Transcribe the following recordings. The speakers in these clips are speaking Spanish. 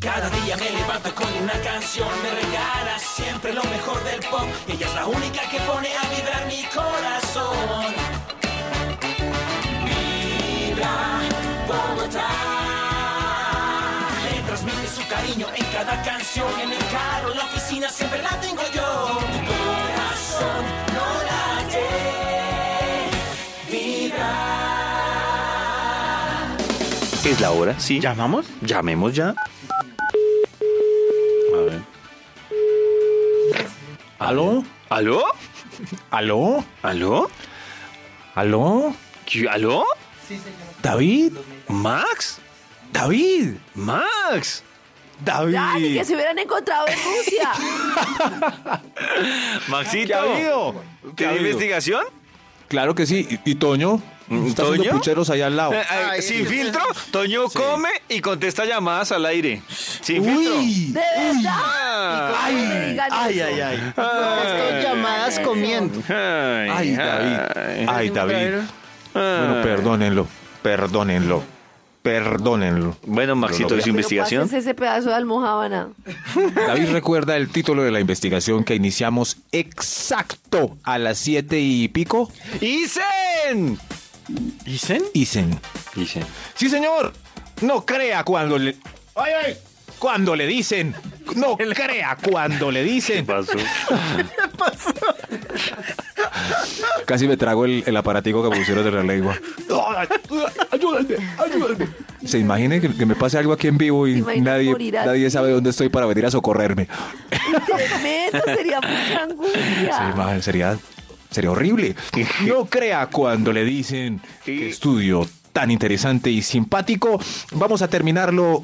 Cada día me levanto con una canción, me regala siempre lo mejor del pop. Ella es la única que pone a vibrar mi corazón. Vibra Bogotá. Le transmite su cariño en cada canción, en el carro, en la oficina, siempre la tengo yo. Tu corazón no late. Vibra. Es la hora, sí. ¿Llamamos? Llamemos ya. A ver. ¿Aló? ¿Aló? ¿Aló? ¿Aló? ¿Aló? ¿Qui- ¿Aló? ¿David? ¿Max? ¿David? ¡Max! Dani, ¡David! que se hubieran encontrado en Rusia. ¿Maxito? ¿Qué ha habido? ¿Qué ha ¿Tiene habido? investigación? Claro que sí. ¿Y, y Toño? Está ¿Toño? haciendo pucheros ahí al lado. Eh, eh, Ay, sin Dios. filtro, Toño come y contesta llamadas al aire. Sin filtro. ¡Uy! ¿De verdad? Ah, ¡Ay! Digan ¡Ay, eso. ay, ay! Estas llamadas comiendo. ay, ¡Ay, ay. David! ¡Ay, David! Bueno, Ay. perdónenlo. Perdónenlo. Perdónenlo. Bueno, Maxito, ¿y su Pero investigación? pásense ese pedazo de almohábana. David recuerda el título de la investigación que iniciamos exacto a las siete y pico. ¡Isen! ¿Dicen? Dicen. Isen. Sí, señor. No crea cuando le. ¡Ay, ay! Cuando le dicen. No crea cuando le dicen. Pasó. Casi me trago el, el aparatico que pusieron de la lengua. Ayúdenme, ayúdenme. Se imaginen que, que me pase algo aquí en vivo y Imagina nadie, morirás. nadie sabe dónde estoy para venir a socorrerme. Tremendo, sería mucha Se angustia. imaginen, sería, sería horrible. No crea cuando le dicen que estudio tan interesante y simpático. Vamos a terminarlo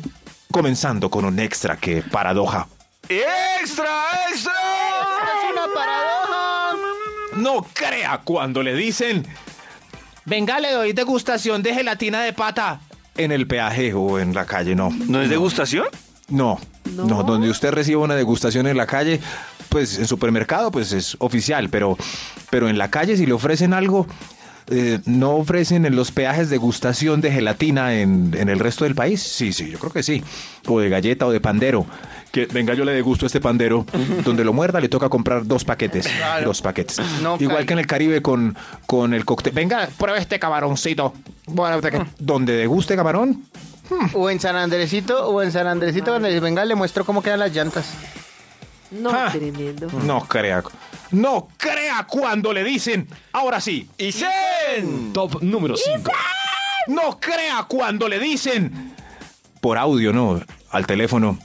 comenzando con un extra que paradoja. ¡Extra, extra! Es una paradoja. No crea cuando le dicen. Venga, le doy degustación de gelatina de pata. En el peaje o en la calle, no. ¿No es degustación? No, No. no, donde usted reciba una degustación en la calle, pues en supermercado, pues es oficial, pero, pero en la calle si le ofrecen algo, eh, no ofrecen en los peajes degustación de gelatina en, en el resto del país. Sí, sí, yo creo que sí. O de galleta o de pandero. Que venga, yo le degusto a este pandero. Donde lo muerda le toca comprar dos paquetes. Claro. Dos paquetes. No Igual cae. que en el Caribe con, con el cóctel. Venga, prueba este camaroncito. Bueno, te- Mm. donde deguste camarón, O en San Andresito, o en San Andresito, cuando les venga, le muestro cómo quedan las llantas. No, Ah. tremendo. No crea. No crea cuando le dicen. Ahora sí. ¡Isen! Top número 5. No crea cuando le dicen. Por audio, no. Al teléfono.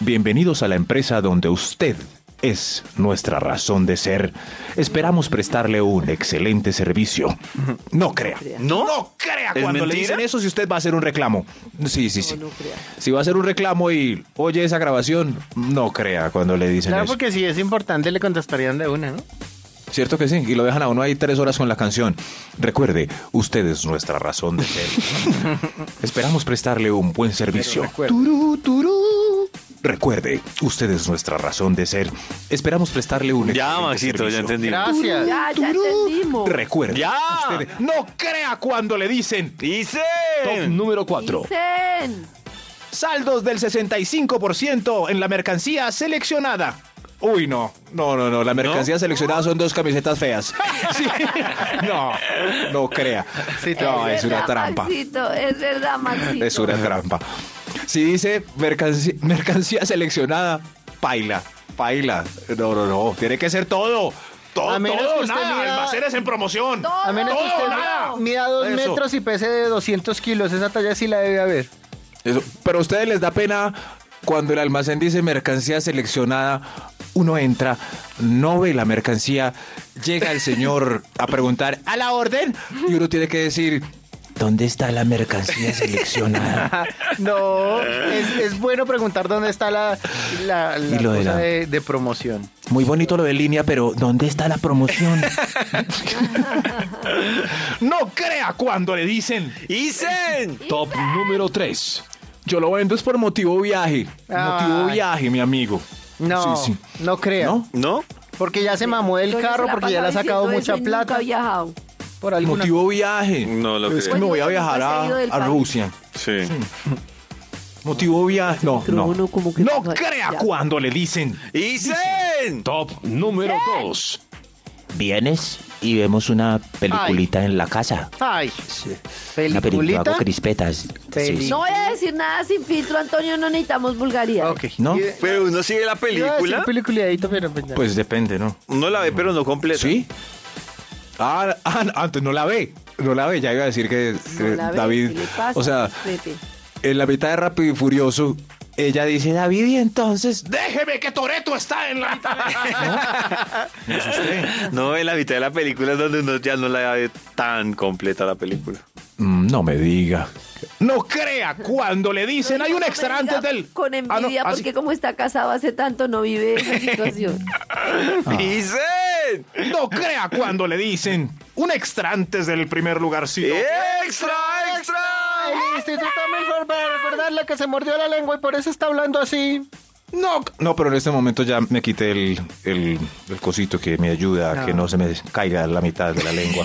Bienvenidos a la empresa donde usted es nuestra razón de ser. Esperamos prestarle un excelente servicio. No crea. ¿No? crea ¿Es cuando le mentira? dicen eso si usted va a hacer un reclamo. Sí, sí, sí. No, no crea. Si va a hacer un reclamo y oye esa grabación, no crea cuando le dicen Claro, eso. porque si es importante, le contestarían de una, ¿no? Cierto que sí, y lo dejan a uno ahí tres horas con la canción. Recuerde, usted es nuestra razón de ser. Esperamos prestarle un buen servicio. Turú, turú. Recuerde, usted es nuestra razón de ser. Esperamos prestarle un Ya, excelente Maxito, ya servicio. entendí. Gracias. Ya, ya Turú. entendimos. Recuerde, Ya. usted- no crea cuando le dicen Top ¡Isen! número 4. Dicen. saldos del 65% en la mercancía seleccionada. Uy, no, no, no, no, la mercancía seleccionada son dos camisetas feas. Sí. No, no crea. Sí, no, es una verdad, trampa. Maxito, es verdad, Maxito. Es una trampa. Si dice mercancía, mercancía seleccionada, paila, paila. No, no, no. Tiene que ser todo. Todo, A menos que todo, usted nada. mida- Almacenes en promoción. Todo. A menos que Todo, usted nada. mida dos Eso. metros y pese de 200 kilos. Esa talla sí la debe haber. Eso. Pero a ustedes les da pena cuando el almacén dice mercancía seleccionada. Uno entra, no ve la mercancía, llega el señor a preguntar a la orden y uno tiene que decir, ¿dónde está la mercancía seleccionada? Ah, No, es, es bueno preguntar dónde está la, la, la Y lo de cosa la- de, de promoción. Muy bonito lo de línea, pero ¿dónde está la promoción? no crea cuando le dicen. ¡Isen! Top número 3. Yo lo vendo es por motivo viaje. motivo Ay. viaje, mi amigo. No, Sí, no sí. crea. ¿No? ¿No? Porque ya se mamó del Yo carro, se la porque ya le ha pasaba sacado diciendo mucha eso y nunca plata. ha viajado. Por alguna Motivo viaje. No lo Es que creo. me voy a Bueno, viajar nunca he ido a, del a país. Rusia. Sí. Motivo vía. No, no. micrófono como que- no crea Ya. cuando le dicen. ¡Isen! Top número 2. Vienes y vemos una peliculita en la casa. Ay, Una película peliculita. con crispetas. Peli- Sí, sí. No voy a decir nada sin filtro, Antonio, no necesitamos vulgaridad. Ok. ¿No? Iba- Pero uno sigue la iba a decir película. peliculiadito, Ah, pero pues no. Pues depende, ¿no? Uno la ve, pero no completa. ¿Sí? Ah, ah, antes no la ve. No la ve, ya iba a decir que, No que la ve, Eh, David. ¿qué le pasa, o sea, Pepe? en la mitad de Rápido y Furioso, ella dice, David, y entonces, déjeme que Toreto está en la mitad. ¿No? No es usted. No, en la mitad de la película es donde uno ya no la ve tan completa la película. Mm, No me diga. No crea cuando le dicen, hay un No extra me diga antes del. Con Ah, no, envidia, así- porque como está casado hace tanto, no vive esa situación. Ah. ¡Isen! No crea cuando le dicen, un extra antes del primer lugarcito. ¿Eh? ¡Extra, extra! El Instituto Milford para recordarle que se mordió la lengua y por eso está hablando así. No, no, pero en este momento ya me quité el, el- el cosito que me ayuda a que no se me caiga la mitad de la lengua.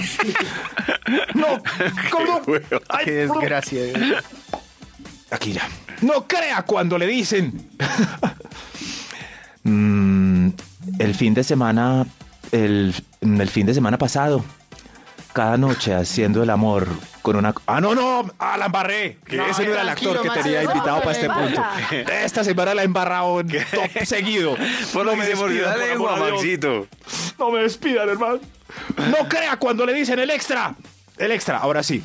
no, ¿cómo? Ay, Qué desgracia. eh. Aquí ya. No crea cuando le dicen. Mm, El fin de semana, el, el fin de semana pasado, cada noche haciendo el amor con una... Ah, no, no, ah, la embarré. Que No, ese no era el actor tranquilo, que Maxi, tenía no, invitado no, para este no, punto. Esta semana la he embarrado en top seguido. Por lo No que se me mordió la despidan, por lengua, amor a Dios. Maxito. No me despidan, hermano. No crea cuando le dicen el extra. El extra, ahora sí.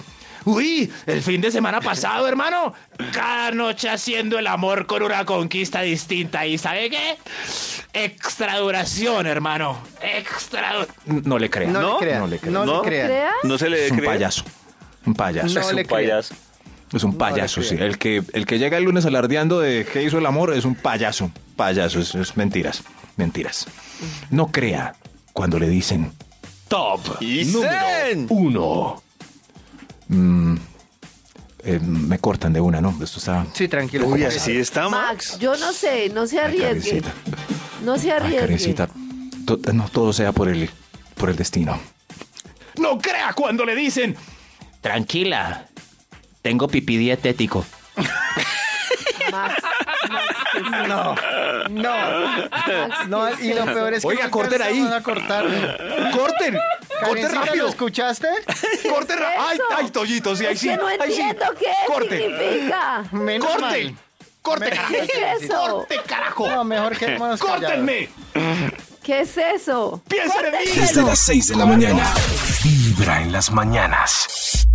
Uy, el fin de semana pasado, hermano. Cada noche haciendo el amor con una conquista distinta. ¿Y sabe qué? Extra duración, hermano. Extra. du- No le crea. No, ¿No? le crean. No No le le crean. crean. ¿No crea? No se le Es un cree. payaso. Un payaso. ¿Eh? No Es un le cree. payaso. Es un payaso, sí. El que, el que llega el lunes alardeando de que hizo el amor es un payaso. Payaso, es, es mentiras. Mentiras. No crea cuando le dicen. Top número ¡Isen! 1. Mm, eh, me cortan de una, ¿no? Esto está. Sí, tranquilo. Uy, así está, Max, Max. yo no sé, no se Ay, arriesgue. carecita. No se Ay, arriesgue. carecita. To- no, todo sea por el, por el destino. No crea cuando le dicen. Tranquila, tengo pipí dietético. Max, Max, ¿qué es eso? No, no, Max, no. ¿qué es Y lo eso? peor es que. Oiga, no corten ahí. alcanzamos a cortar. ¡Corten! ¡Corten Karencita, ¿Lo rápido! escuchaste? ¡Corten rápido! ¡Ay, eso? ay, Toyito! Sí, ahí Es sí. que no ahí sí. entiendo qué ¡Corten! significa. Menos ¡Corten! mal. ¡Corten, ¿Qué carajo! es eso? ¡Corten, carajo! No, mejor que hermanos ¡Córtenme! ¿Qué es eso? ¡Piensen en mí! Córtenselo. Desde las 6 de la mañana. Vibra en las mañanas.